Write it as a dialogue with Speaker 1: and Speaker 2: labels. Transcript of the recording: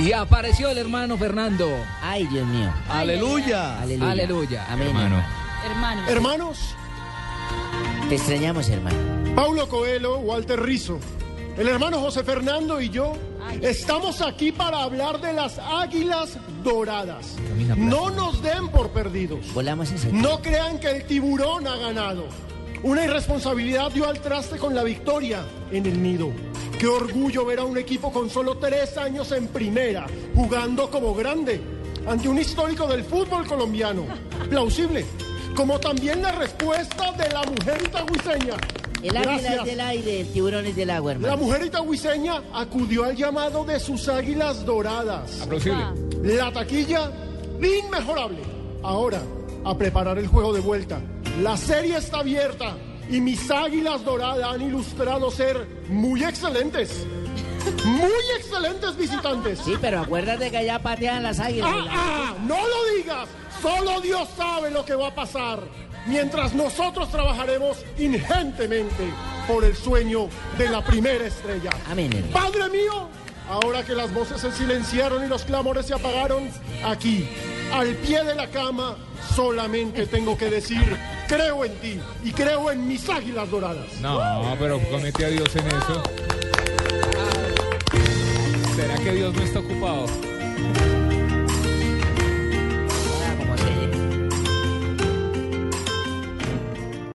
Speaker 1: Y apareció el hermano Fernando.
Speaker 2: Ay, Dios mío.
Speaker 3: Aleluya.
Speaker 2: Aleluya.
Speaker 1: Aleluya.
Speaker 2: Amén.
Speaker 4: Hermano.
Speaker 3: Hermanos,
Speaker 2: Te extrañamos, hermano.
Speaker 3: Paulo Coelho, Walter Rizzo, el hermano José Fernando y yo estamos aquí para hablar de las águilas doradas. No nos den por perdidos.
Speaker 2: Volamos en serio.
Speaker 3: No crean que el tiburón ha ganado. Una irresponsabilidad dio al traste con la victoria en el nido. Qué orgullo ver a un equipo con solo tres años en primera, jugando como grande, ante un histórico del fútbol colombiano. Plausible. Como también la respuesta de la mujer itagüiseña.
Speaker 2: El águila es
Speaker 3: Gracias.
Speaker 2: del aire, el tiburón es del agua, hermano.
Speaker 3: La mujer itagüiseña acudió al llamado de sus águilas doradas. La taquilla, inmejorable. Ahora, a preparar el juego de vuelta. La serie está abierta y mis águilas doradas han ilustrado ser muy excelentes. Muy excelentes visitantes.
Speaker 2: Sí, pero acuérdate que allá patean las águilas.
Speaker 3: ¡Ah, ah! ¡No lo digas! Solo Dios sabe lo que va a pasar. Mientras nosotros trabajaremos ingentemente por el sueño de la primera estrella.
Speaker 2: Amén, hermano.
Speaker 3: Padre mío, ahora que las voces se silenciaron y los clamores se apagaron, aquí, al pie de la cama, solamente tengo que decir, creo en ti y creo en mis águilas doradas.
Speaker 5: No, pero comete a Dios en eso. ¿Será que Dios no está ocupado?